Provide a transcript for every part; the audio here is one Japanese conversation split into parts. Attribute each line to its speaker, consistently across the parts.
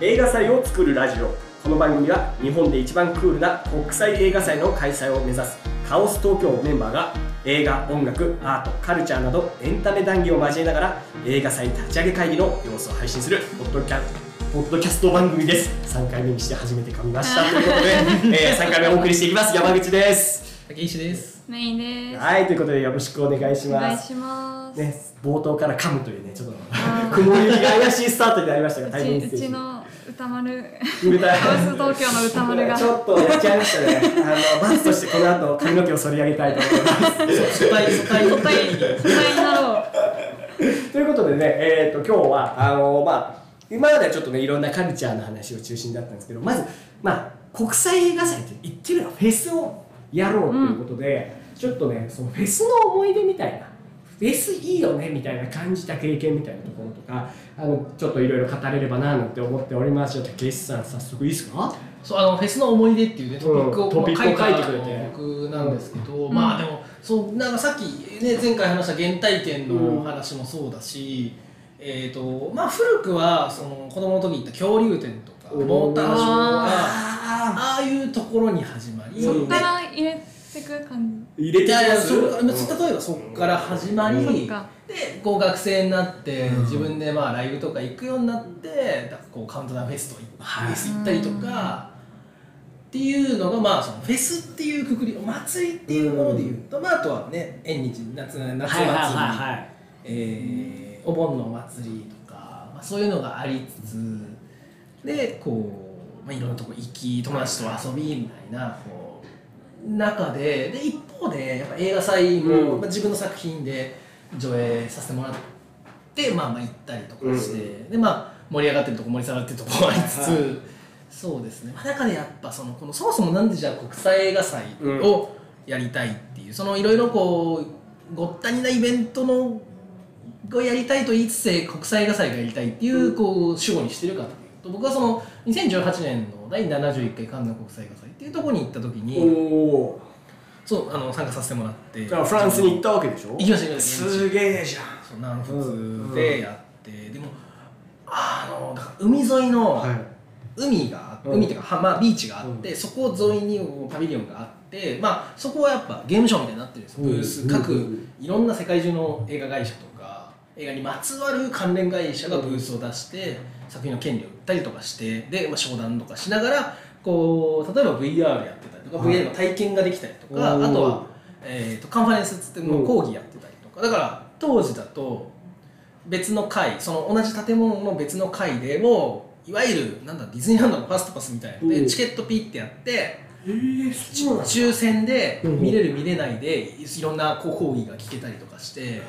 Speaker 1: 映画祭を作るラジオこの番組は日本で一番クールな国際映画祭の開催を目指すカオス東京のメンバーが映画音楽アートカルチャーなどエンタメ談義を交えながら映画祭立ち上げ会議の様子を配信するポッドキャポッドキャスト番組です3回目にして初めて噛みましたということで、え3回目お送りしていきます山口です
Speaker 2: 竹石です。
Speaker 3: メインです。
Speaker 1: はいということでよろしくお願いし
Speaker 3: お願
Speaker 1: ま
Speaker 3: い
Speaker 1: す
Speaker 3: します。
Speaker 1: ね、冒頭から噛むというねちょっと
Speaker 3: あ ー
Speaker 1: 雲行きが怪しいスタートになりましたが大変
Speaker 3: う
Speaker 1: 失
Speaker 3: ちう
Speaker 1: 礼
Speaker 3: ち
Speaker 1: しま
Speaker 3: の歌丸、
Speaker 1: したうるたい
Speaker 3: ハウス東京の歌丸が
Speaker 1: ちょっとやっちゃいましたね。あの罰としてこの後髪の毛を剃り上げたいと思いま
Speaker 2: 素体素体
Speaker 3: 絶対絶対になろう。
Speaker 1: す。ということでね、えっ、と今日はあのまあ今まではちょっとねいろんなカルチャーの話を中心だったんですけど、まずまあ国際映画祭って言ってるのはフェスをやろうということで、ちょっとねそのフェスの思い出みたいな。フェスいいよねみたいな感じた経験みたいなところとかあのちょっといろいろ語れればななんて思っておりますよ竹内さん早速いいですか
Speaker 2: そうあのフェスの思い出っていうねトピック
Speaker 1: う
Speaker 2: を
Speaker 1: んトピックを
Speaker 2: ま
Speaker 1: 書
Speaker 2: あ
Speaker 1: いてくれて
Speaker 2: たの僕なんですけど、
Speaker 3: うん
Speaker 2: まあでもそうなんかさっきね前回話した原体験
Speaker 1: うん
Speaker 2: の話もそうだし、えっ、とまあ古くはその子供の時に行った恐竜展とか
Speaker 1: おー
Speaker 2: モーターショーとか
Speaker 1: あ
Speaker 2: ああいうところに始まり。
Speaker 1: そっ
Speaker 3: 歌が入れてく感
Speaker 1: 入れて
Speaker 2: い
Speaker 1: き
Speaker 2: やい
Speaker 1: ま
Speaker 2: や
Speaker 1: す
Speaker 2: そう例えばそこから始まり、
Speaker 3: じ。そっか。
Speaker 2: でこう学生になって、
Speaker 1: うん
Speaker 2: 自分でまあライブとか行くようになってだこうカウントダウンフェスと
Speaker 1: はい
Speaker 2: フェス行ったりとか、っていうのがまあそのフェスっていうくくりお祭りっていうものでいうと、まあ、あとはね縁日夏夏祭り、
Speaker 1: はいはいはいはい
Speaker 2: えーお盆のお祭りとか、まあ、そういうのがありつつでこう、まあ、いろんなとこ行き友達と遊びみたいなこう中でで一方でやっぱ映画祭も、
Speaker 1: うん
Speaker 2: まあ、自分の作品で上映させてもらって、まあ、まあ行ったりとかして、でまあ盛り上がってるとこ盛り下がってるとこもありつつ、
Speaker 1: はい
Speaker 2: そうですね、まあ、だからやっぱそのこのそもそもなんでじゃあ国際映画祭をやりたいっていう、そのいろいろこうごったになイベントのをやりたいと言いつつ国際映画祭がやりたいっていうこう主語にしてるかというと僕はその2018年の第71回カンヌ国際映画祭っていうところに行った時
Speaker 1: お
Speaker 2: に
Speaker 1: お
Speaker 2: そうあの参加させてもらって
Speaker 1: じゃあフランスに行ったわけでしょ
Speaker 2: 行きました行きました
Speaker 1: すげえじゃん
Speaker 2: そう南仏でやって、でもあのだから海沿いの、海があって、
Speaker 1: うん
Speaker 2: 海っていうか浜ビーチがあって、そこ沿いにパビリオンがあってまあそこはやっぱゲームショーみたいになってるんですよ、
Speaker 1: うん
Speaker 2: ブース
Speaker 1: うん
Speaker 2: 各いろんな世界中の映画会社とか映画にまつわる関連会社がブースを出して作品の権利を売ったりとかしてで、まあ、商談とかしながらこう例えば VR やってたりとか、
Speaker 1: はい
Speaker 2: VR の体験ができたりとか
Speaker 1: おー
Speaker 2: あとは、えー、とカンファレンスっつってもう講義やってたりとかだから当時だと別の階その同じ建物の別の階でもいわゆるなんだディズニーランドのファストパスみたいなの
Speaker 1: うん
Speaker 2: でチケットピッてやって
Speaker 1: ええそうなんだ
Speaker 2: 抽選で
Speaker 1: うん
Speaker 2: 見れる見れないでいいろんなこう講義が聞けたりとかして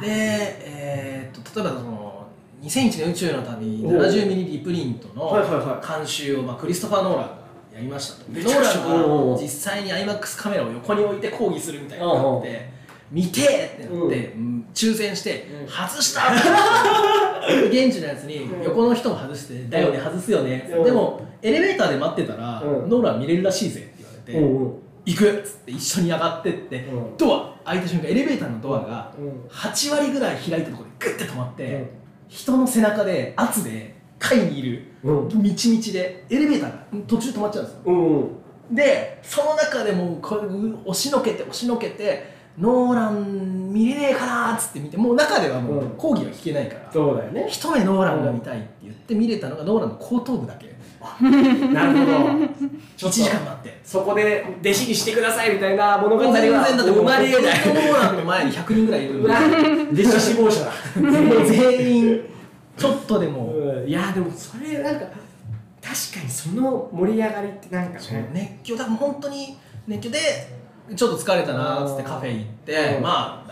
Speaker 2: で、えーっと例えばその2001年宇宙の旅
Speaker 1: おう
Speaker 2: 70ミリリプリント
Speaker 1: はいはい
Speaker 2: の
Speaker 1: は
Speaker 2: 監修を、まあ、クリストファー・ノーランがやりましたとノ
Speaker 1: めちゃ
Speaker 2: ー
Speaker 1: くちゃおうお
Speaker 2: ラ
Speaker 1: う
Speaker 2: ンが実際に IMAX カメラを横に置いて講義するみたいなのがあって見てーってなって、うん抽選して、
Speaker 1: うん
Speaker 2: 外したってなって現地のやつに
Speaker 1: うん
Speaker 2: 横の人も外して、だよね外すよね、
Speaker 1: うん
Speaker 2: でもエレベーターで待ってたら、
Speaker 1: うん
Speaker 2: ノーラン見れるらしいぜって
Speaker 1: い
Speaker 2: 言われて、行くっつって一緒に上がってって、
Speaker 1: うん
Speaker 2: ドア開いた瞬間エレベーターのドアが
Speaker 1: うん
Speaker 2: 8割ぐらい開いたところでグッて止まって、
Speaker 1: うん
Speaker 2: 人の背中で圧で階にいる
Speaker 1: うん
Speaker 2: 道々でエレベーターが途中止まっちゃうんですよ
Speaker 1: うん
Speaker 2: でその中でもうこれう押しのけて押しのけてノーラン見れねえかなーっつって見てもう中ではも
Speaker 1: うん
Speaker 2: う講義は聞けないから、
Speaker 1: そうだよ ね
Speaker 2: 一目ノーランが見たいって言って見れたのがノーランの後頭部だけ
Speaker 1: なるほどちょっと
Speaker 2: 1時間待って
Speaker 1: そこで弟子にしてくださいみたいな物語は
Speaker 2: 全然だって生まれ
Speaker 1: 得
Speaker 2: ノ ーランの前に100人ぐらいいるんで
Speaker 1: 弟子志望者だ
Speaker 2: 全員ちょっとでも、
Speaker 1: うん いやでもそれなんか確かにその盛り上がりってなんか
Speaker 2: そう
Speaker 1: ね
Speaker 2: 熱狂だから本当に熱狂でちょっと疲れたなーっつってカフェ行って、
Speaker 1: うん
Speaker 2: まあ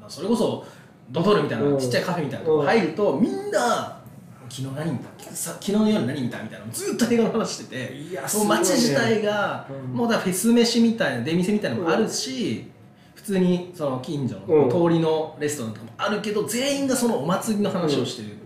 Speaker 2: ななそれこそドトールみたい
Speaker 1: うん
Speaker 2: なちっちゃいカフェみたいなとこ入ると、みんな「昨日何見たさ昨日の夜何見た?」みたいなのずっと映画の話してて
Speaker 1: いや
Speaker 2: もう街自体が、
Speaker 1: うん
Speaker 2: もうだからフェス飯みたいな出店みたいなのもあるし、普通にその近所
Speaker 1: うん
Speaker 2: の通りのレストランとかもあるけど、全員がそのお祭りの話をしてる、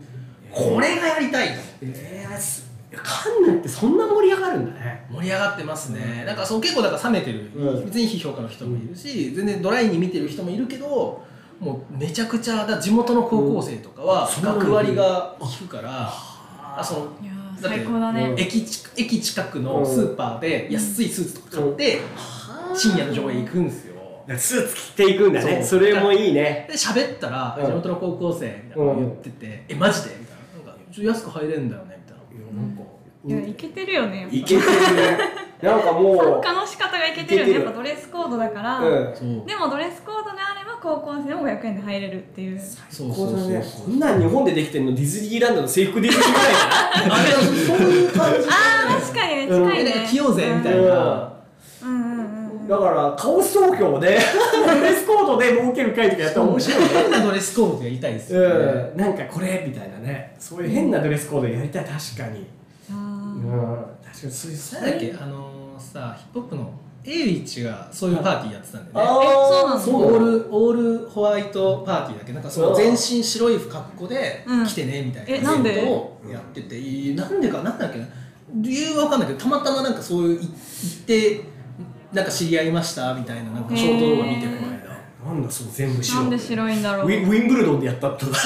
Speaker 2: これがやりたいと
Speaker 1: ええすカンヌってそんな盛り上がるんだね
Speaker 2: 盛り上がってますね、なんかそう結構だから冷めてる、
Speaker 1: うん
Speaker 2: 別に非評価の人もいるし、全然ドライに見てる人もいるけどもうめちゃくちゃだ地元の高校生とかは
Speaker 1: うん
Speaker 2: 学割が効くから、あその
Speaker 3: いやー
Speaker 2: だって
Speaker 3: 最高だね、
Speaker 1: うん
Speaker 2: 駅近駅近くのスーパーで安いスーツとか買って深夜の上映行くんですよ
Speaker 1: スーツ着ていくんだね
Speaker 2: そ
Speaker 1: そうれもいいね
Speaker 2: で喋ったら
Speaker 1: うん
Speaker 2: 地元の高校生みたいなの言ってて「えマジで?」みたいななんか「ちょ安く入れんだよね」みたいな「いやなんか
Speaker 3: いやいけてるよねやっぱ
Speaker 1: いけてる なんかも
Speaker 3: 参加の仕方がいけてるよ
Speaker 1: いけて
Speaker 3: ね
Speaker 1: る
Speaker 3: やっぱドレスコードだから、
Speaker 1: う、うん、
Speaker 2: そう
Speaker 3: でもドレスコードがあれば高校生でも500円で入れるっていう
Speaker 2: そう
Speaker 1: こ
Speaker 2: そうう
Speaker 1: だ
Speaker 2: そ
Speaker 1: ね
Speaker 2: うそ
Speaker 1: こ
Speaker 2: うん
Speaker 1: なん日本でできてるのディズニーランドの制服ディズニーぐらいだな
Speaker 2: あれそういう感じ
Speaker 3: あー確かにね近
Speaker 2: で
Speaker 3: いね
Speaker 2: 着ようぜみたいな
Speaker 3: うんうんうんうん
Speaker 1: だからカオス東京 でドレスコードで儲ける会とかやったら面白い
Speaker 2: 変なドレスコードやりたいですよね
Speaker 1: うん、なんかこれみたいなねそういう変なドレスコードやりたい確かに、
Speaker 3: あ
Speaker 1: う
Speaker 3: ー
Speaker 1: ん、確かにそういう
Speaker 2: なんだっけあのーさヒップホップの A リッチがそういうパーティーやってたんだよね
Speaker 1: あー
Speaker 3: そうなの
Speaker 1: そう
Speaker 2: オ
Speaker 1: なの
Speaker 2: ールオールホワイトパーティーだっけなんかその全身白い格好で
Speaker 3: うん
Speaker 2: 来てねみた
Speaker 3: え
Speaker 2: い
Speaker 3: な
Speaker 2: なんイ
Speaker 3: で
Speaker 2: ベントをやってていいなんでかなんだっけな理由は分かんないけどたまたまなんかそういうい行ってなんか知り合いましたみたいななんかショート動画見てるこの間
Speaker 1: なんだその全部白
Speaker 3: なんで白いんだろ
Speaker 1: ウ
Speaker 3: う
Speaker 1: ィウィンブルドンでやったと か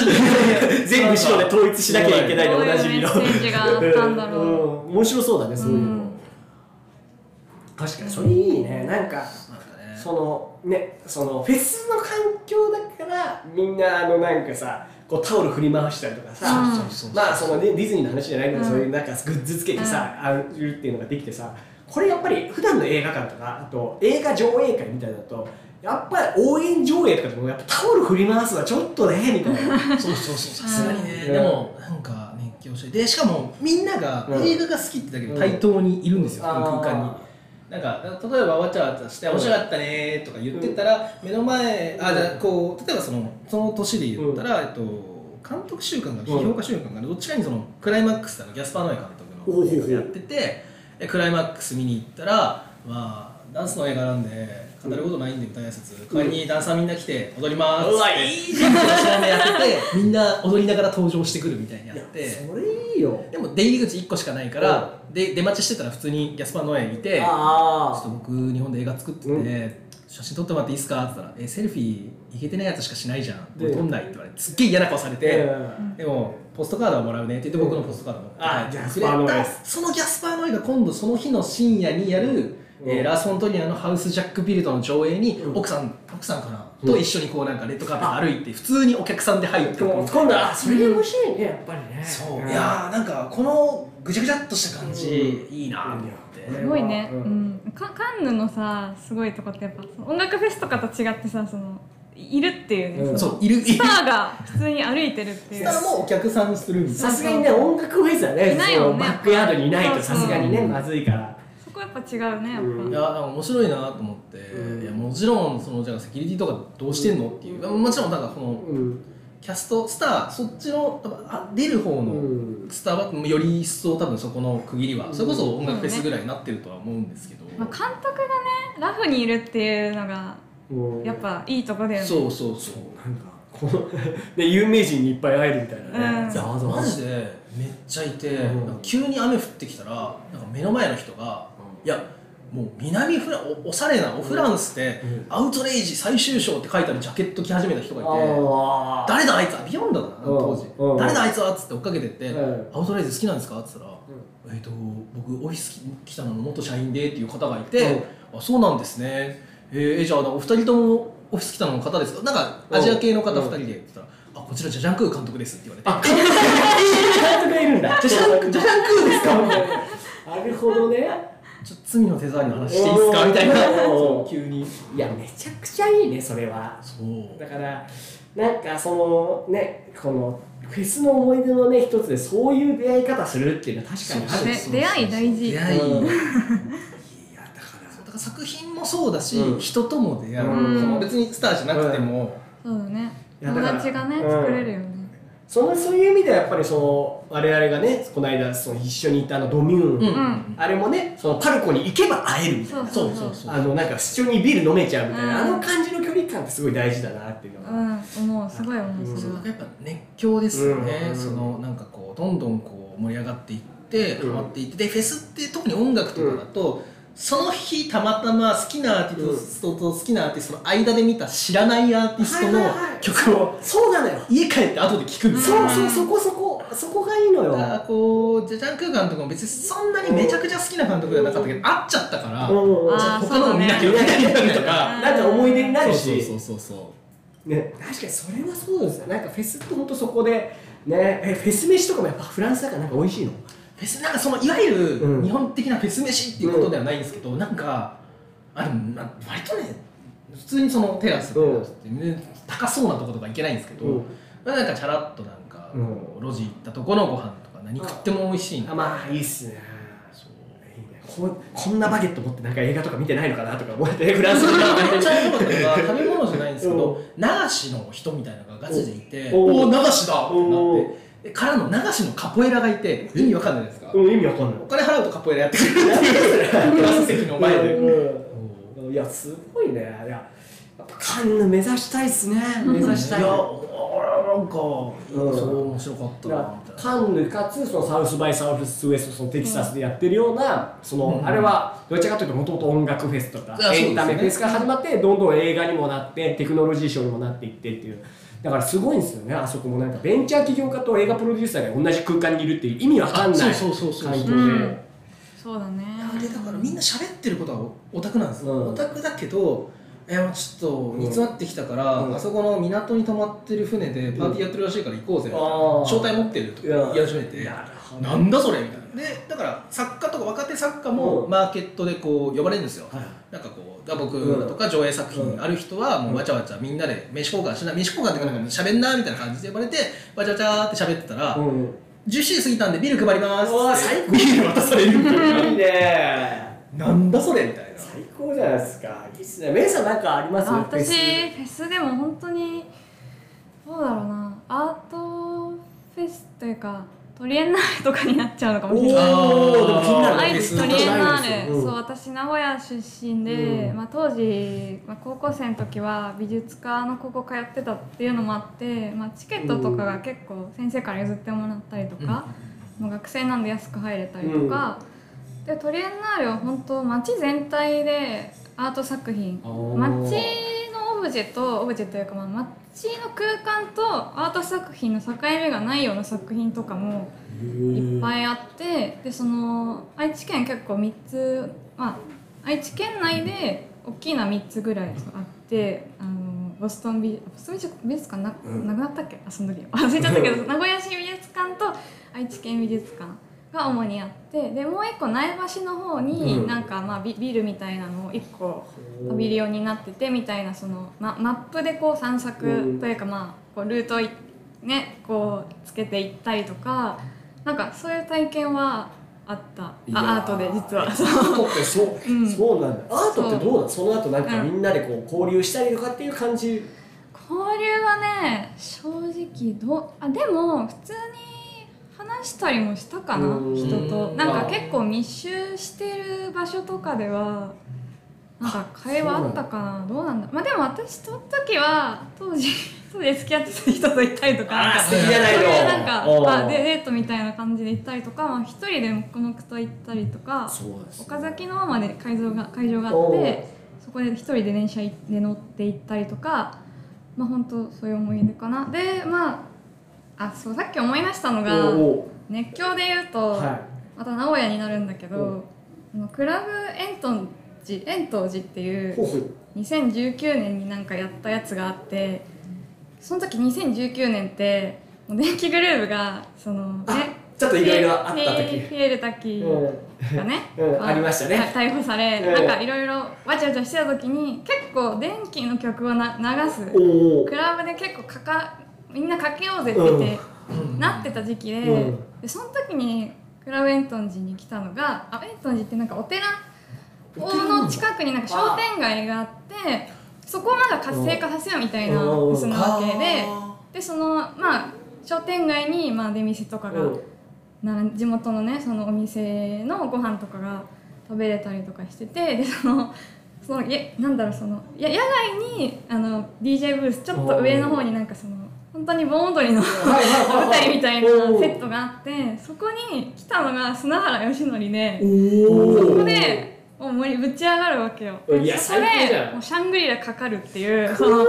Speaker 1: 全部白で統一しなきゃいけないで
Speaker 3: ど
Speaker 1: お
Speaker 3: ういう
Speaker 1: なじみの
Speaker 3: メッセージがあったんだろう
Speaker 1: ん面白そうだねそういうの、
Speaker 3: うん
Speaker 1: 確かにそれいいねなんか
Speaker 2: なんかね
Speaker 1: そのねそのフェスの環境だからみんなあのなんかさこうタオル振り回したりとかさ、
Speaker 3: うん
Speaker 2: そうそうそう
Speaker 1: まあそのねディズニーの話じゃないけど、
Speaker 3: うん
Speaker 1: そういうなんかグッズつけてさ、あるっていうのができてさこれやっぱり普段の映画館とかあと映画上映会みたいなのとやっぱり応援上映とかでもやっぱタオル振り回すはちょっとねみたいな
Speaker 2: そうそうそうさすがにね、
Speaker 1: うん
Speaker 2: でもなんか熱狂してでしかもみんなが
Speaker 1: うん
Speaker 2: 映画が好きってだけ
Speaker 1: うん
Speaker 2: で対等にいるんですよ、
Speaker 1: あー
Speaker 2: この空間になんか例えばわちゃわちゃして「面白かったね」とか言ってたら、目の前あじゃあこう例えばそのその年で言ったら、えっと、監督週間が批評家週間がどっちかにそのクライマックスだのギャスパー・ノエ監督の映画やっててでクライマックス見に行ったらまあダンスの映画なんで語ることないんでみたいなやつ代わりにダンサーみんな来て踊りますって
Speaker 1: うわいい
Speaker 2: ちょっと照明やっててみんな踊りながら登場してくるみたいにやっ
Speaker 1: いや
Speaker 2: て
Speaker 1: それいいよ
Speaker 2: でも出入り口1個しかないから、で出待ちしてたら普通にギャスパーノエいて「ちょっ
Speaker 1: あ
Speaker 2: と僕日本で映画作ってて、
Speaker 1: う
Speaker 2: 写真撮ってもらっていいですか?」って言ったら「えセルフィーいけてないやつしかしないじゃん
Speaker 1: で
Speaker 2: 俺撮んない」って言われてすっげえ嫌な顔され
Speaker 1: ー
Speaker 2: て。
Speaker 1: うん
Speaker 2: でもポストカードはもらうねって言って僕のポストカードも
Speaker 1: あギャスパーノエ
Speaker 2: そのギャスパーノエが今度その日の深夜にやる、
Speaker 1: うん
Speaker 2: えーラース・フォントリアのハウス・ジャック・ビルドの上映に、
Speaker 1: うん
Speaker 2: 奥さん奥さんから
Speaker 1: うん
Speaker 2: と一緒にこうなんかレッドカーペット歩いて普通にお客さんで入って
Speaker 1: でも
Speaker 2: こう
Speaker 1: 今度はあそれで面白いねやっぱりね
Speaker 2: そう、
Speaker 1: ん
Speaker 2: いやーなんかこのぐちゃぐちゃっとした感じ、
Speaker 1: う
Speaker 2: いいなと思って、
Speaker 1: うん
Speaker 3: すごいね、
Speaker 1: う
Speaker 3: うんんカカンヌのさすごいとこってやっぱその音楽フェスとかと違ってさそのいるっていうね、
Speaker 1: うん
Speaker 2: そういるいる
Speaker 3: スタ
Speaker 2: ス
Speaker 3: ーが普通に歩いてるっていう
Speaker 2: ターもお客さんにするみたい
Speaker 1: さ
Speaker 2: な
Speaker 1: すがにね音楽フェスはね
Speaker 3: いないよね
Speaker 1: そのバックヤードにいないと
Speaker 3: そ
Speaker 1: さ
Speaker 3: うそう
Speaker 1: すがにねまずいから
Speaker 3: そこやっぱ違うねやっぱ、
Speaker 1: うん
Speaker 2: いやなんか面白いなと思って、
Speaker 1: うん
Speaker 2: いやもちろんそのじゃあセキュリティとかどうしてんのっていう、もちろんなんかこの、
Speaker 1: うん
Speaker 2: キャストスターそっちの多分あ出る方
Speaker 1: う
Speaker 2: の
Speaker 1: ん
Speaker 2: スターはより一層多分そこの区切りは、
Speaker 1: うん
Speaker 2: それこそ音楽フェスぐらいになってるとは思うんですけど、
Speaker 3: まあ、監督がねラフにいるっていうのが
Speaker 1: うん
Speaker 3: やっぱいいとこだよね
Speaker 2: そうそうそう
Speaker 1: なんかこの ね有名人にいっぱい会えるみたいなね、
Speaker 3: うん
Speaker 2: いやマジでめっちゃいて、
Speaker 1: うん
Speaker 2: なんか急に雨降ってきたらなんか目の前の人が、
Speaker 1: う
Speaker 2: いやもう南フラおおしゃれなおフランスで、
Speaker 1: うん
Speaker 2: アウトレイジ最終章って書いてあるジャケット着始めた人がいて、
Speaker 1: あー
Speaker 2: 誰だあいつはビヨンドだな当時、
Speaker 1: うんうん
Speaker 2: 誰だあいつはっつって追っかけてって、
Speaker 1: うん
Speaker 2: アウトレイズ好きなんですかっつったら、えっ、と僕オフィス来たのの元社員でっていう方がいて、あそうなんですねえー、じゃあお二人ともオフィス来たのの方ですかなんかアジア系の方
Speaker 1: うん
Speaker 2: 二人でって言ったら、あこちらジャジャンクー監督ですって言われて
Speaker 1: あ監督がいるんだ
Speaker 2: ジャジャンクジャジャンクーですかみたいな
Speaker 1: なるほどね
Speaker 2: ちょっと罪の手触りの話していいですかみたいな
Speaker 1: おー
Speaker 2: そう急に
Speaker 1: いやめちゃくちゃいいねそれは
Speaker 2: そう
Speaker 1: だからなんかそのねこのフェスの思い出のね一つでそういう出会い方するっていうのは確かにあ
Speaker 3: そ
Speaker 1: る
Speaker 3: うで出会い大事
Speaker 2: 出会い、
Speaker 1: うん
Speaker 2: そう
Speaker 1: いやだから
Speaker 2: だから作品もそうだし、
Speaker 1: うん
Speaker 2: 人とも出会う、
Speaker 1: うん
Speaker 2: その別にスターじゃなくても、
Speaker 3: そうだね
Speaker 1: いや
Speaker 3: 友
Speaker 1: だから
Speaker 3: 達がね
Speaker 1: うん
Speaker 3: 作れるよね、
Speaker 1: そのそういう意味ではやっぱりその我々がねこの間その一緒にいたあのドミューン、
Speaker 3: ん
Speaker 1: あれもねそのパルコに行けば会えるみたいな
Speaker 3: そう
Speaker 2: そ
Speaker 3: そう
Speaker 2: そ
Speaker 3: う
Speaker 2: そ
Speaker 3: そうう
Speaker 2: う
Speaker 1: あのなんか一緒にビール飲めちゃうみたいな、
Speaker 3: うん
Speaker 1: あの感じの距離感ってすごい大事だなっていうの
Speaker 3: う
Speaker 1: が、
Speaker 3: ん思うすごい思うそれ
Speaker 2: な
Speaker 3: は
Speaker 2: んかやっぱ熱狂ですよね、
Speaker 1: うん
Speaker 2: そのなんかこうどんどんこう盛り上がっていって
Speaker 1: う
Speaker 2: ハ
Speaker 1: ん
Speaker 2: マっていってでフェスって特に音楽とかだと、その日たまたま好きなアーティストと好きなアーティストの間で見た知らないアーティストの
Speaker 1: はいはいはい
Speaker 2: 曲を
Speaker 1: そうなのよ
Speaker 2: 家帰って後で聴くみたい
Speaker 1: そう
Speaker 2: な、
Speaker 1: そうそこそこそこがいいの
Speaker 2: だから
Speaker 1: よ。
Speaker 2: こうジャジャンクー監督も別にそんなにめちゃくちゃ好きな監督ではなかったけど会っちゃったから
Speaker 1: うんうんうん
Speaker 3: あ
Speaker 2: 他のも見なきゃいけないようになるとか
Speaker 1: なんか思い出にな
Speaker 2: そ
Speaker 1: る
Speaker 2: う
Speaker 1: し。
Speaker 2: そうそうそ
Speaker 1: ね、確かにそれはそうですよなんかフェスって本当そこでねえフェス飯とかもやっぱフランスだからなんか美味しいの
Speaker 2: うフェスなんかそのいわゆ
Speaker 1: うん
Speaker 2: る日本的なフェス飯っていうことではないんですけど、なんかあれ割とね普通にそのテラス
Speaker 1: うん
Speaker 2: って、ね、高そうなとことか行けないんですけど、
Speaker 1: うん
Speaker 2: まあなんかチャラッとなんか、
Speaker 1: うん
Speaker 2: こう路地行ったとこのご飯とか何食っても美味しいんで
Speaker 1: あまあいいっすね
Speaker 2: そう
Speaker 1: いいねここんなバゲット持ってなんか映画とか見てないのかなとか思ってフ
Speaker 2: フ
Speaker 1: ラ
Speaker 2: ラ
Speaker 1: ン
Speaker 2: ン
Speaker 1: ス
Speaker 2: ス
Speaker 1: の人
Speaker 2: 人がめっち
Speaker 1: が
Speaker 2: ゃ良かったのが食べ物じゃないんですけ
Speaker 1: う
Speaker 2: ど流しの人みたいなのがガチでいて
Speaker 1: おう
Speaker 2: おお流しだってな
Speaker 1: お
Speaker 2: っ
Speaker 1: う
Speaker 2: てでからの流しのカポエラがいて意味わかんないですか
Speaker 1: うん意味わかんない
Speaker 2: お金払うとカポエラやってくれるっていうテラス席の前で
Speaker 1: うんいやすごいねいややっぱカンヌ目指したいっすね目指したい
Speaker 2: いやおなんかそう面白かった
Speaker 1: だか
Speaker 2: な
Speaker 1: ら
Speaker 2: みたいな
Speaker 1: カンヌかつそのサウスバイサウスウエストそのテキサスでやってるようなその、
Speaker 2: うん
Speaker 1: あれはどちらかというともともと音楽フェスとか
Speaker 2: あそうですね
Speaker 1: エンタメフェスから始まってどんどん映画にもなってテクノロジーショーにもなっていってっていうだからすごいんですよねあそこもなんかベンチャー起業家と映画プロデューサーが同じ空間にいるっていう意味わかんない
Speaker 2: あそうそうそうそう
Speaker 1: 環境
Speaker 3: う
Speaker 1: で。
Speaker 3: んそうだね
Speaker 2: でだからみんな喋ってることはオタクなんですよ、
Speaker 1: うん
Speaker 2: オタクだけどいやちょっと煮詰まってきたから、
Speaker 1: うん
Speaker 2: あそこの港に泊まってる船でパーティーやってるらしいから行こうぜみたいな、
Speaker 1: うん
Speaker 2: 招待持ってるとか
Speaker 1: いや
Speaker 2: 言い始めて
Speaker 1: なるほど
Speaker 2: なんだそれみたいなでだから作家とか若手作家も
Speaker 1: うん
Speaker 2: マーケットでこう呼ばれるんですよ、
Speaker 1: はい
Speaker 2: なんかこうだ僕とか上映作
Speaker 1: うん
Speaker 2: 品ある人はもうわちゃわちゃみんなで飯交換しな飯交換っていうかなんか喋んなみたいな感じで呼ばれてわちゃわちゃって喋ってたら、
Speaker 1: うん
Speaker 2: 10時過ぎたんでビール配ります
Speaker 1: うわ
Speaker 2: って
Speaker 1: 最高
Speaker 2: ビール渡されるみたいない
Speaker 1: いね
Speaker 2: なんだそれみたいな。
Speaker 1: 最高じゃないですかいいっすねメイさんなんかあります
Speaker 3: あ私フェスでも本当にどうだろうなアートフェスというかトリエンナーレとかになっちゃうのか
Speaker 1: お
Speaker 3: も
Speaker 1: お
Speaker 3: し
Speaker 1: ー
Speaker 3: れ
Speaker 1: で
Speaker 3: ない
Speaker 1: も気になる
Speaker 3: 愛
Speaker 1: ね
Speaker 3: 知トリエンナーレ、
Speaker 1: うん
Speaker 3: そう私名古屋出身で、
Speaker 1: うん
Speaker 3: まあ、当時、まあ、高校生の時は美術科の高校通ってたっていうのもあって、まあ、チケットとかが結構先生から譲ってもらったりとか、もう学生なんで安く入れたりとか、でトリエンナーレは本当街全体でアート作品
Speaker 1: おー
Speaker 3: 街のオブジェとオブジェというか、まあ、街の空間とアート作品の境目がないような作品とかもいっぱいあってでその愛知県結構3つまあ愛知県内で大きな3つぐらいあってあのボストン美ボストン美術美術館な
Speaker 1: うん
Speaker 3: なくなったっけあその時 忘れちゃったけ ど名古屋市美術館と愛知県美術館が主にあってでもう一個苗橋の方
Speaker 1: うん
Speaker 3: になんかまあビビルみたいなのを一個パビリオンになっててみたいなその、ま、マップでこう散策というか、まあ、こうルートをいねこうつけていったりとかなんかそういう体験はあったあ
Speaker 1: いやー
Speaker 3: アートで実は
Speaker 1: ア
Speaker 3: そう
Speaker 1: ートってそう、
Speaker 3: うん
Speaker 1: そうなんだアートってどうなのその後なんか
Speaker 3: うん
Speaker 1: みんなでこう交流したりとかっていう感じ
Speaker 3: 交流はね正直どうあでも普通に話したりもしたかな
Speaker 1: うん
Speaker 3: 人と
Speaker 2: うん
Speaker 3: なんか結構密集してる場所とかではなんか会話あったかなどうなんだまあでも私と時は当時 当時付き合ってた人と行ったりとかなんか
Speaker 2: 素敵じゃない
Speaker 3: そう
Speaker 2: の
Speaker 3: いうなん
Speaker 1: おう
Speaker 3: かあデデートみたいな感じで行ったりとか、まあ、一人で黙々と行ったりとか
Speaker 1: そうです
Speaker 3: 岡崎のままで会場が会場があっ
Speaker 1: おう
Speaker 3: てそこで一人で電車で乗って行ったりとかまあ本当そういう思い出かなでまああそうさっき思い出したのが
Speaker 1: お
Speaker 3: 熱狂で言うと、
Speaker 1: おは
Speaker 3: また名古屋になるんだけ
Speaker 1: おう
Speaker 3: どあのクラブエントンジ円東寺ってい
Speaker 1: いほう
Speaker 3: う
Speaker 1: ほう
Speaker 3: 2019年になんかやったやつがあってその時2019年ってもう電気グルーヴがその
Speaker 1: あ
Speaker 3: ね
Speaker 1: ちょっといろいろあった
Speaker 3: フィ
Speaker 1: 時
Speaker 3: フィエル滝
Speaker 1: う
Speaker 3: がね、
Speaker 1: うんありましたね
Speaker 3: はい逮捕され、
Speaker 1: うん
Speaker 3: なんかいろいろわちゃわちゃしてた時に結構電気の曲をな流す
Speaker 1: んおお
Speaker 3: クラブで結構かかみんなかけようぜって言って、なってた時期で,、
Speaker 1: うん
Speaker 3: でその時にクラブエントン寺に来たのがあエントン寺ってなんかお寺の近くになんか商店街があってそこをなんか活性化させようみたいな
Speaker 1: うん
Speaker 3: そのわけででそのまあ商店街にまあ出店とかが
Speaker 1: うん
Speaker 3: な地元のねそのお店のご飯とかが食べれたりとかしててでそのそのやなんだろうそのや野外にあの DJ ブースちょっと上の方になんかその本当に盆踊りの
Speaker 1: はいはいはいはい
Speaker 3: 舞台みたいなセ
Speaker 1: おー
Speaker 3: ットがあってそこに来たのが砂原よしのりで
Speaker 1: おお
Speaker 3: そこでもう盛りぶち上がるわけよ
Speaker 1: いや
Speaker 3: でそこで
Speaker 1: 最高じゃん
Speaker 3: もうシャングリラかかるっていうその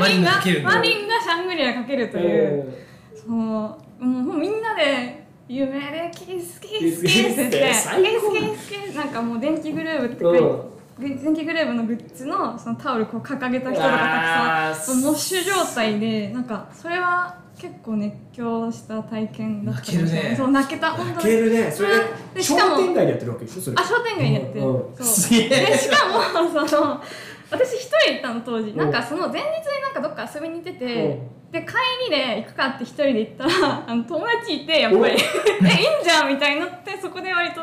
Speaker 3: マリ
Speaker 2: マリン
Speaker 3: ンが
Speaker 2: がかけるんだ
Speaker 3: マリンがシャングリラかけるという。そのもうみんなで有名で「キースキース
Speaker 1: キ
Speaker 3: キ
Speaker 1: ー
Speaker 3: ー
Speaker 1: ス
Speaker 3: ス」
Speaker 1: キース
Speaker 3: っ
Speaker 1: って
Speaker 3: て「
Speaker 1: 最
Speaker 3: キー
Speaker 1: 高
Speaker 3: スキースキー」なんかもう電気グルーブって
Speaker 1: うん
Speaker 3: 電気グレーブのグッズのそのタオルこう掲げた人とかたくさん
Speaker 1: うわー
Speaker 3: モッシュ状態でなんかそれは結構熱狂した体験だったかもしれ
Speaker 2: 泣ける
Speaker 3: ない
Speaker 2: ね
Speaker 3: そう泣けた本
Speaker 1: 泣
Speaker 3: 当に
Speaker 1: けるねそれ
Speaker 3: でし
Speaker 1: 商
Speaker 3: かも
Speaker 1: 店街でやってるわけでしょそれ
Speaker 3: あ商店街でやってる、
Speaker 1: うん
Speaker 3: そう
Speaker 2: すげえ
Speaker 3: でしかもその私一人行ったの当時
Speaker 1: ん
Speaker 3: なんかその前日になんかどっか遊びに行ってて
Speaker 1: うん
Speaker 3: で帰りで行くかって一人で行ったら あの友達いてやっぱり えいいんじゃんみたいになってそこで割と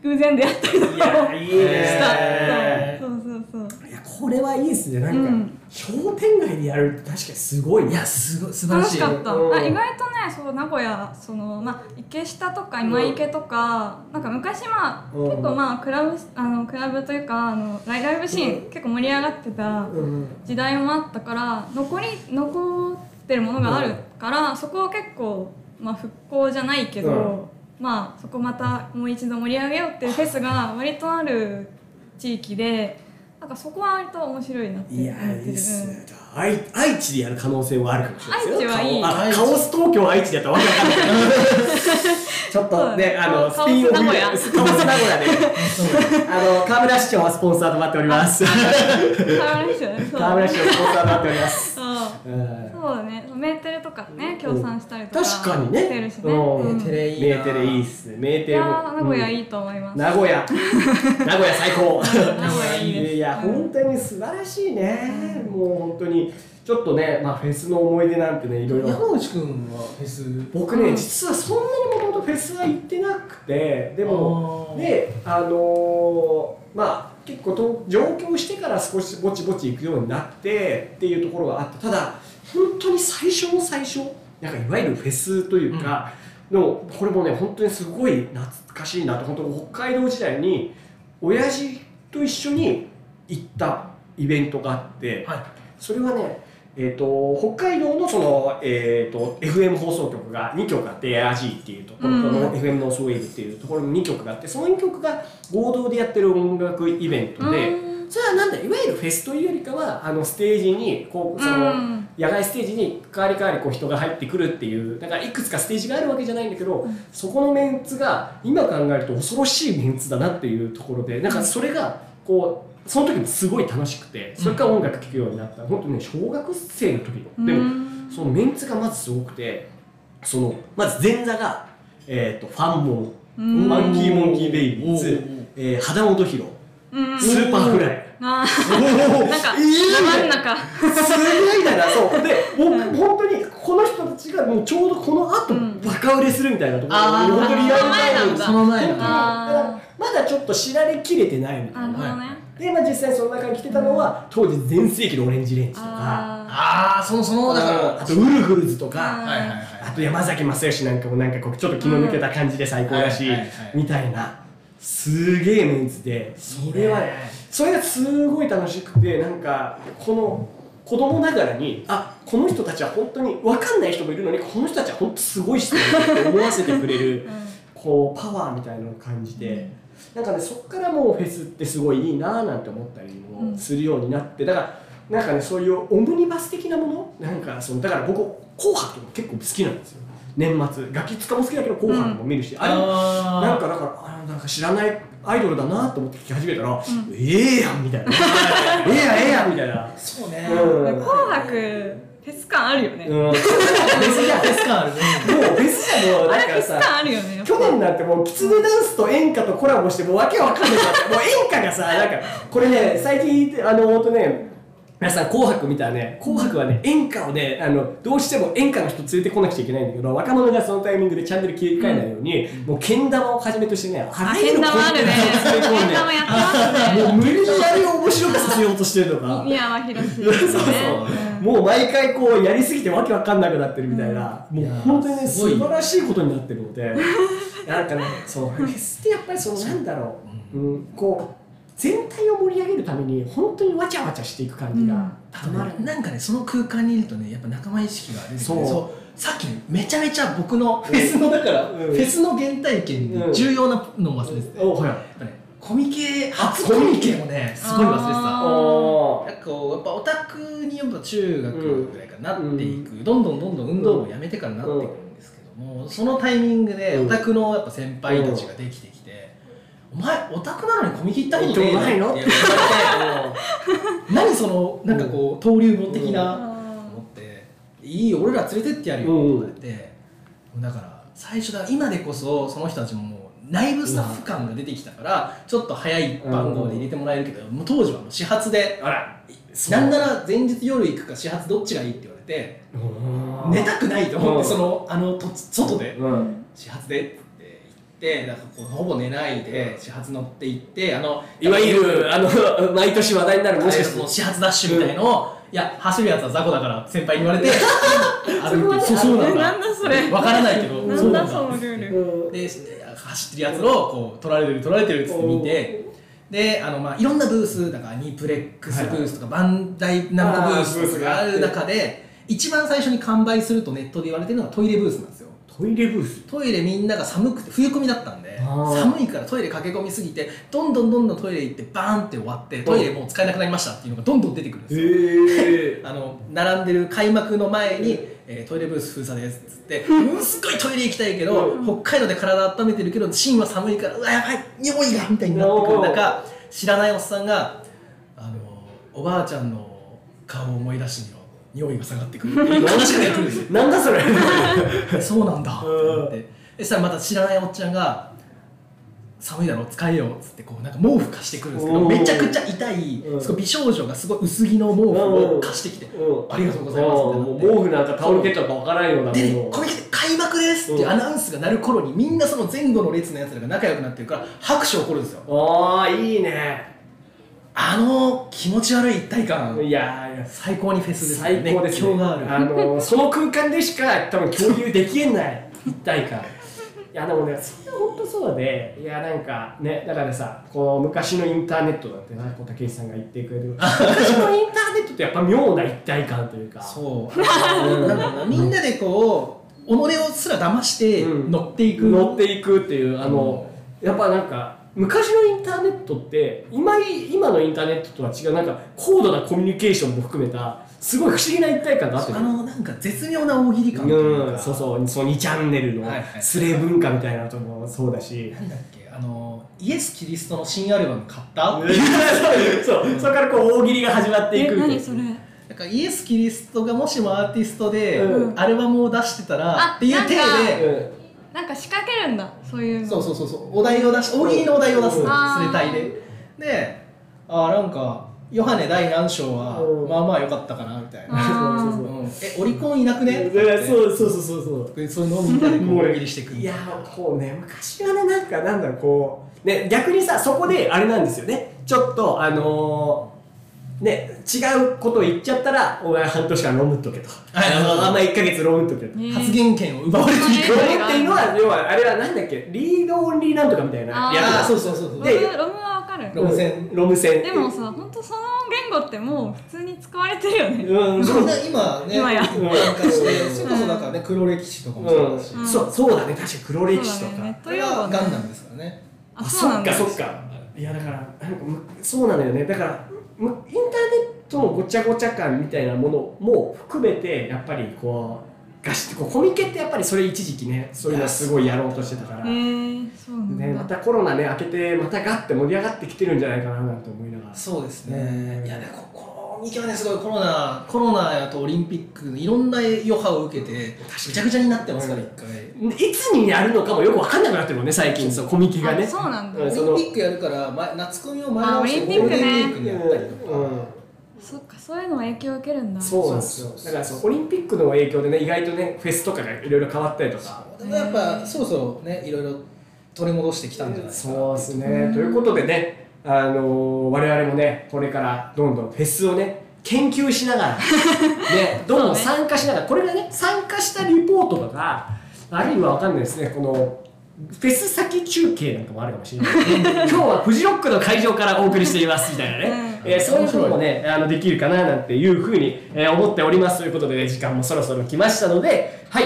Speaker 3: 偶然出会ったりとか
Speaker 1: いやいい ね
Speaker 2: へ
Speaker 3: そうそうそうそう
Speaker 1: いやこれはいいですねなんか、
Speaker 3: うん
Speaker 1: 商店街でやるって確かにすごい
Speaker 2: い
Speaker 1: ね
Speaker 2: やすごい素晴ら
Speaker 3: 楽
Speaker 2: しい
Speaker 3: しかった、
Speaker 1: うん
Speaker 3: あ意外とねそう名古屋その、まあ、池下とか今池とか、なんか昔、まあ
Speaker 1: うん
Speaker 3: 結構まあクラブあのクラブというかあのライライブシーン、結構盛り上がってた
Speaker 1: うん
Speaker 3: 時代もあったから残り残ってるものがあるから、そこを結構、まあ、復興じゃないけど、
Speaker 1: うん
Speaker 3: まあ、そこまたもう一度盛り上げようっていうフェスが割とある地域でなんかそこは割と面白いなって
Speaker 1: い
Speaker 3: 思っ
Speaker 1: や
Speaker 3: てる。
Speaker 1: いいっす
Speaker 3: うん
Speaker 1: ね愛愛知でやる可能性はあるかもしれないですよ
Speaker 3: 愛知はいい
Speaker 1: あ
Speaker 2: 愛知
Speaker 1: カオス東京愛知でやったらわけわかんない ちょっとねあのス
Speaker 3: カオス
Speaker 1: ピンオフで
Speaker 3: 名古屋
Speaker 1: カオス名古屋であの河村市長はスポンサーとなっております
Speaker 3: 河村市長ねそう
Speaker 1: 河村市長スポンサーとなっております
Speaker 3: そう
Speaker 1: うん
Speaker 3: そうだねメーテルとかね協賛したりとか
Speaker 1: 確かにね
Speaker 3: してるしね、
Speaker 1: うん
Speaker 3: うん
Speaker 2: メーテレいい
Speaker 1: 名
Speaker 2: な
Speaker 1: テレいいっすね名
Speaker 3: い
Speaker 1: テレ
Speaker 3: や
Speaker 1: も
Speaker 3: ー名古屋
Speaker 1: うん
Speaker 3: いいと思います、
Speaker 1: 名古 屋名古屋最高
Speaker 3: 名古屋いいです
Speaker 1: いや本当に素晴らしいね、もう本当にちょっとね、まあ、フェスの思い出なんてねいろいろ
Speaker 2: 山内くんはフェス
Speaker 1: 僕ね、
Speaker 3: うん
Speaker 1: 実はそんなにもともとフェスは行ってなくてでも
Speaker 2: も
Speaker 1: であのーまあ結構と上京してから少しぼちぼち行くようになってっていうところがあってただ本当に最初の最初なんかいわゆるフェスというか、のこれもね本当にすごい懐かしいなと本当北海道時代に親父と一緒に行ったイベントがあって、
Speaker 2: はい
Speaker 1: それはね、えー、と北海道のその、えー、と FM 放送局が2局あってエアジーっていうところと、
Speaker 3: うん
Speaker 1: FM のソウェイブっていうところの2局があってその2局が合同でやってる音楽イベントで、
Speaker 3: うん
Speaker 1: それはなんだいわゆるフェスというよりかはあのステージにこうその、
Speaker 3: うん
Speaker 1: 野外ステージに代わり代わりこう人が入ってくるっていうだからいくつかステージがあるわけじゃないんだけど、
Speaker 3: ん
Speaker 1: そこのメンツが今考えると恐ろしいメンツだなっていうところでなんかそれがこうその時もすごい楽しくてそれから音楽聴くようになった、本当にね小学生の時の。で
Speaker 3: う
Speaker 1: も
Speaker 3: ん
Speaker 1: そのメンツがまずすごくてそのまず前座が、えー、とファンモ
Speaker 3: う
Speaker 1: ン
Speaker 3: ん
Speaker 1: マンキーモンキーベイビー
Speaker 2: お
Speaker 1: ズ
Speaker 2: うおう、
Speaker 1: えー、肌元広
Speaker 3: うん
Speaker 1: スーパーフライ。お
Speaker 3: あー
Speaker 1: ー
Speaker 3: なんか
Speaker 1: いいね
Speaker 3: 真ん中
Speaker 1: すごいだな、 そう。で、僕、本当に、この人たちが、もうちょうどこの後、
Speaker 3: うん
Speaker 1: バカ売れするみたいなところ
Speaker 2: あー
Speaker 1: 本当にリアルタイムに
Speaker 3: そ
Speaker 2: の前なん
Speaker 1: 本当に
Speaker 2: だ
Speaker 3: あー
Speaker 1: だからまだちょっと知られきれてないみた
Speaker 3: あ
Speaker 1: い
Speaker 3: の
Speaker 1: な。
Speaker 3: ね、
Speaker 1: で、まあ、実際その中に来てたのは、当時全盛期のオレンジレンジとか、
Speaker 3: あ
Speaker 2: ああそのそのだか
Speaker 1: うん
Speaker 2: ら
Speaker 1: あと、ウルフルズとか、
Speaker 3: うん
Speaker 2: はいはい
Speaker 1: あ
Speaker 2: は
Speaker 1: と山崎正義なんかもなんかこうちょっと気の抜けた感じで最高だし、
Speaker 2: うんはいはいはい
Speaker 1: みたいなすげえメンツでそれはね
Speaker 2: いいね
Speaker 1: それがすごい楽しくてなんかこの子供ながらにあこの人たちは本当に分かんない人もいるのにこの人たちは本当すごい人だなって思わせてくれる
Speaker 3: ーうん
Speaker 1: こうパワーみたいなのを感じて、なんかねそっからもうフェスってすごいいいなーなんて思ったりもするようになって、だからなんかねそういうオムニバス的なものなんかそのだから僕「紅白」とか結構好きなんですよ年末ガキ使も好きだけど「紅白」も見るし、あれなん
Speaker 2: あ
Speaker 1: かだからあなんか知らないアイドルだなと思って聞き始めたら「
Speaker 3: ん
Speaker 1: ええやん」みた いな「ええやんええやん」みたいな
Speaker 2: ー。そうね
Speaker 1: うん
Speaker 3: 紅白フェス感あるよね、
Speaker 1: うん、 もうフ
Speaker 2: 別にフェス感あるね
Speaker 1: ェスじゃもう
Speaker 3: あ
Speaker 1: な
Speaker 3: れ
Speaker 1: ん
Speaker 3: フェ
Speaker 1: か
Speaker 3: ス
Speaker 1: さ
Speaker 3: 感あるよねやっぱ
Speaker 1: 去年なんてもうきつねダンスと演歌とコラボしてもうわけわかんなくなってもう演歌がさなんかこれね最近あのほんとね皆さん「紅白」見たらね「紅白」はね演歌をねあのどうしても演歌の人連れてこなくちゃいけないんだけど若者がそのタイミングでチャンネル切り替えないように、もうけん玉をはじめとしてねあ
Speaker 3: あけん玉あるね
Speaker 1: コンテンツを
Speaker 3: けん玉
Speaker 1: 詰
Speaker 3: やってます
Speaker 1: め込んで
Speaker 3: ね
Speaker 1: もう無理やり面白くさせようとしてるとか。
Speaker 3: 宮は広し、ね、
Speaker 1: そうそうもう毎回こうやりすぎてわけわかんなくなってるみたいな、
Speaker 2: ん
Speaker 1: もう本当に
Speaker 2: い
Speaker 1: ね
Speaker 2: やすごい
Speaker 1: 素晴らしいことになってるのでなんかね そうフェスってやっぱりそのなんだろう、うん、こう全体を盛り上げるために本当にわちゃわちゃしていく感じがたまらない、
Speaker 2: なんかねその空間にいるとねやっぱ仲間意識が出てくる
Speaker 1: そう
Speaker 2: さっきねめちゃめちゃ僕のフェスのだから、
Speaker 1: うん
Speaker 2: フェスの原体験
Speaker 1: うん
Speaker 2: に重要なのを忘れてた、やっ
Speaker 1: おはい
Speaker 2: ぱねコミケ初
Speaker 1: コ
Speaker 2: コ
Speaker 1: ミ
Speaker 2: ミ
Speaker 1: ケ
Speaker 2: ケもねすごい忘れて
Speaker 3: あ
Speaker 2: た
Speaker 1: お
Speaker 2: なんかこうやっぱオタクにやっぱ中学ぐらいからなっていく、どんどんどんどん運動部やめてからなっていくんですけど、もうそのタイミングで
Speaker 1: うん
Speaker 2: オタクのやっぱ先輩たちができてきて「お前オタクなのにコミ切ったことねえ
Speaker 1: 行って
Speaker 2: の?」
Speaker 1: も
Speaker 2: っ
Speaker 1: ない
Speaker 2: て言われて何そのなんかこう登竜門的な、
Speaker 3: あ
Speaker 2: 思って「いいよ俺ら連れてってやるよ」
Speaker 1: うんうん
Speaker 2: って言ってだから最初だ今でこそその人たちももう内部スタッフ感が出てきたからちょっと早い番号で入れてもらえるけど、もう当時はもう始発で
Speaker 1: あら
Speaker 2: なんなら前日夜行くか始発どっちがいいって言われて寝たくないと思
Speaker 1: う
Speaker 2: って、
Speaker 1: ん
Speaker 2: そのあのと外で
Speaker 1: う
Speaker 3: ー
Speaker 1: ん
Speaker 2: 始発でって言ってなんかこうほぼ寝ないで始発乗って行ってあの
Speaker 1: いわゆるあの毎年話題になるもしかして
Speaker 2: もう始発ダッシュみたいのを、いや走るやつは雑魚だから先輩に 言われて歩いて
Speaker 3: そ
Speaker 2: そう
Speaker 3: こまで
Speaker 2: そうなんだ
Speaker 3: なんだそれ
Speaker 2: わからないけど
Speaker 3: な
Speaker 2: そうんな
Speaker 3: だ
Speaker 2: んだ
Speaker 3: そのルール
Speaker 2: で走ってるやつをこう取られてる取られてるっつって見てであのまあいろんなブースだからニプレックスブースとかバンダイナムコブースとかがある中で一番最初に完売するとネットで言われてるのがトイレブースなんですよ
Speaker 1: トイレブース
Speaker 2: トイレみんなが寒くて冬込みだったんで
Speaker 1: あー
Speaker 2: 寒いからトイレ駆け込みすぎてどんどんどんどんトイレ行ってバーンって終わってトイレもう使えなくなりましたっていうのがどんどん出てくるんですよ
Speaker 1: へえ
Speaker 2: あの並んでる開幕の前に、えートイレブース封鎖ですっつって、うん、すっごいトイレ行きたいけど、北海道で体温めてるけど芯は寒いからうわやばい匂いがみたいになってくる中知らないおっさんがあのおばあちゃんの顔を思い出してみろ匂いが下がってくるっていう話がやってくるんですよ
Speaker 1: なんだそれ
Speaker 2: え そうなんだって思ってそしたらまた知らないおっちゃんが「寒いだろ使えよ」っつってこうなんか毛布貸してくるんですけど
Speaker 1: おー
Speaker 2: めちゃくちゃ痛い
Speaker 1: うん
Speaker 2: すごい美少女がすごい薄着の毛布を貸してきて
Speaker 1: う
Speaker 2: 「
Speaker 1: ん
Speaker 2: ありがとうございます」ってな
Speaker 1: も
Speaker 2: っ
Speaker 1: う
Speaker 2: て
Speaker 1: 毛布なんかタオルケットなんかわからないような
Speaker 2: で
Speaker 1: もの
Speaker 2: これ開幕ですっていうアナウンスが鳴る頃にみんなその前後の列のやつらが仲良くなってるから拍手起こるんですよ
Speaker 1: ああいいね
Speaker 2: あの気持ち悪い一体感
Speaker 1: いやーいや
Speaker 2: 最高にフェスです
Speaker 1: 最高です、
Speaker 2: 熱
Speaker 1: ね、
Speaker 2: 狂がある
Speaker 1: のその空間でしか多分共有できえない一体感いやでもねそれは本当そうでいやなんかねだからさこう昔のインターネットだってなこう武井さんが言ってくれる昔のインターネットってやっぱ妙な一体感というか
Speaker 2: そう
Speaker 1: うん
Speaker 2: なんだろうなみんなでこう己をすら騙して
Speaker 1: うん
Speaker 2: 乗っていく、
Speaker 1: 乗っていくっていうあの、やっぱなんか昔のインターネットって今い今のインターネットとは違うなんか高度なコミュニケーションも含めたすごい不思議な一体感があって
Speaker 2: あのなんか絶妙な大喜利感というか、
Speaker 1: うん、そうそうその2チャンネルの
Speaker 2: はいはい
Speaker 1: スレ文化みたいなとこもそうだし、
Speaker 2: なんだっけあのイエス・キリストの新アルバム買った、
Speaker 1: そうそうそこからこう大喜利が始まってい
Speaker 3: え
Speaker 1: く
Speaker 3: 何それ
Speaker 2: なんかイエス・キリストがもしもアーティストで、
Speaker 1: う
Speaker 2: アルバムを出してたら
Speaker 3: あ
Speaker 2: っていう手で
Speaker 1: う
Speaker 3: なんか仕掛けるんだそういうの
Speaker 2: そうそうそうそうお題を出し大喜利のお題を出すんです
Speaker 3: あー
Speaker 2: 連れたいでであーなんかヨハネ第何章は
Speaker 1: うん
Speaker 2: まあまあ良かったかなみたいな、
Speaker 3: あー
Speaker 1: そう
Speaker 2: う
Speaker 1: そうん
Speaker 2: えオリコンいなくね
Speaker 1: んでそうそうそうそうそう
Speaker 2: でそういうのをみんなでこう大喜利していく
Speaker 1: いやーこうね昔はねなんかなんだろうこうね逆にさそこであれなんですよねちょっとあのーね違うことを言っちゃったらお前半年間ロムっとけと、
Speaker 2: はい
Speaker 1: あのあんま1か月ロムっとけと、
Speaker 3: ね
Speaker 2: 発言権を奪われていく
Speaker 1: ロムっていうのは要はあれはなんだっけリードオンリーなんとかみたいな
Speaker 3: あー
Speaker 1: やつだ
Speaker 2: あーそうそうそうそう
Speaker 3: ロム
Speaker 1: で
Speaker 3: ロムはわかる
Speaker 2: ロム線
Speaker 1: ロム線
Speaker 3: でもさ本当その言語ってもう普通に使われてるよね
Speaker 1: うんそ
Speaker 2: み
Speaker 1: うん
Speaker 2: な今ね、
Speaker 3: 今や
Speaker 2: 変化して、
Speaker 1: うん
Speaker 2: それこそだからね、黒歴史とかもそうだし、
Speaker 1: うんそうそうだね確かに黒歴史と
Speaker 3: そうだ
Speaker 1: か
Speaker 3: よね
Speaker 2: それはガンダムですからね。
Speaker 3: あそうなんだ
Speaker 1: そっかそっかいやだからなんかむそうなのよねだからむインターネットのごちゃごちゃ感みたいなものも含めてやっぱりこうガシッてこうコミケってやっぱりそれ一時期ねそういうのすごいやろうとしてたから、
Speaker 3: へえー、そうなんだ、
Speaker 1: ね、またコロナね明けてまたガッて盛り上がってきてるんじゃないかななんて思いながら
Speaker 2: そうです
Speaker 1: ね
Speaker 2: いやね、ここの2期はね、すごいコロナ、コロナやとオリンピック、いろんな余波を受けて、ぐちゃぐちゃになってますから、一回。
Speaker 1: いつにやるのかもよく分かんなくなってるもんね最近そうコミケがね
Speaker 3: あそうなんだ、
Speaker 1: うんその
Speaker 2: オリンピックやるから、前夏コミを前倒して、
Speaker 3: あオリン
Speaker 2: ゴー
Speaker 3: ピ
Speaker 2: ル
Speaker 3: ックね
Speaker 2: デンウィークにやったりとか。
Speaker 1: うん
Speaker 3: そっかそういうのは影響を受けるんだ
Speaker 1: そうなんですよ
Speaker 2: そうそうそう
Speaker 1: だからそうオリンピックの影響でね意外とねフェスとかがいろいろ変わったりとか
Speaker 2: でもやっぱ、そろそろね、いろいろ取り戻してきたんじゃないかな。
Speaker 1: そうですねということでねあのー我々もねこれからどんどんフェスをね研究しなが ら、ね、どんどん参加しながらこれがね参加したリポートとかあるいはわかんないですねこのフェス先中継なんかもあるかもしれない今 日はフジロックの会場からお送りしていますみたいなね、
Speaker 2: うん
Speaker 1: えーそういうこともねあのできるかななんていうふうに、えー思っておりますということで、ね、時間もそろそろ来ましたのではい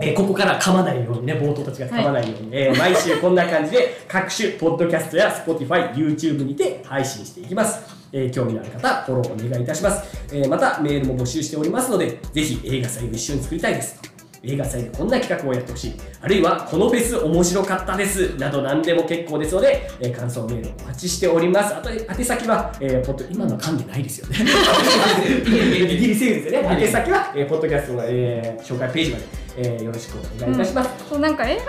Speaker 1: えーここから噛まないようにね、冒頭たちが噛まないように、えー毎週こんな感じで、各種、ポッドキャストや Spotify、YouTube にて配信していきます。えー興味のある方、フォローお願いいたします。えーまた、メールも募集しておりますので、ぜひ映画祭を一緒に作りたいです。映画祭でこんな企画をやってほしいあるいはこのフェス面白かったですなど何でも結構ですので、えー感想メールをお待ちしておりますあと宛先は、えーポッド今のは噛んでないですよ ねギリセーフですよね宛先は、えーポッドキャストの、えー紹介ページまで、えーよろしくお願いいたします、
Speaker 3: そうなんか映画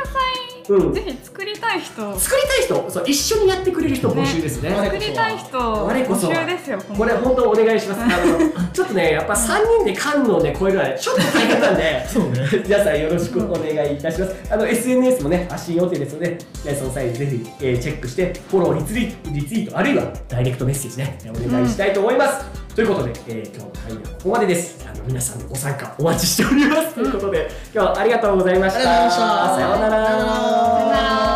Speaker 1: う
Speaker 3: 祭
Speaker 1: ん
Speaker 3: ぜひ作りたい人
Speaker 1: 作りたい人そう一緒にやってくれる人募集ですね
Speaker 2: ね
Speaker 3: 作りたい人
Speaker 1: 我こそは
Speaker 3: 募集ですよ
Speaker 1: これ本当お願いし ます。あのちょっとね、やっぱ3人で缶のね、超えるのはねちょっと大変なんで、
Speaker 2: そうね
Speaker 1: 皆さんよろしくお願いいたします。あの、SNS もね、発信予定ですので、えその際にぜひ、えーチェックして、フォロー、リツイート、リツイートあるいはダイレクトメッセージね、お願いしたいと思います。ということで、えー今日の会議はここまでです。あの皆さんのご参加お待ちしております。ということで、今日はありがとうございました。
Speaker 2: ありがとうございました
Speaker 1: さようなら。
Speaker 2: さようなら
Speaker 3: さよなら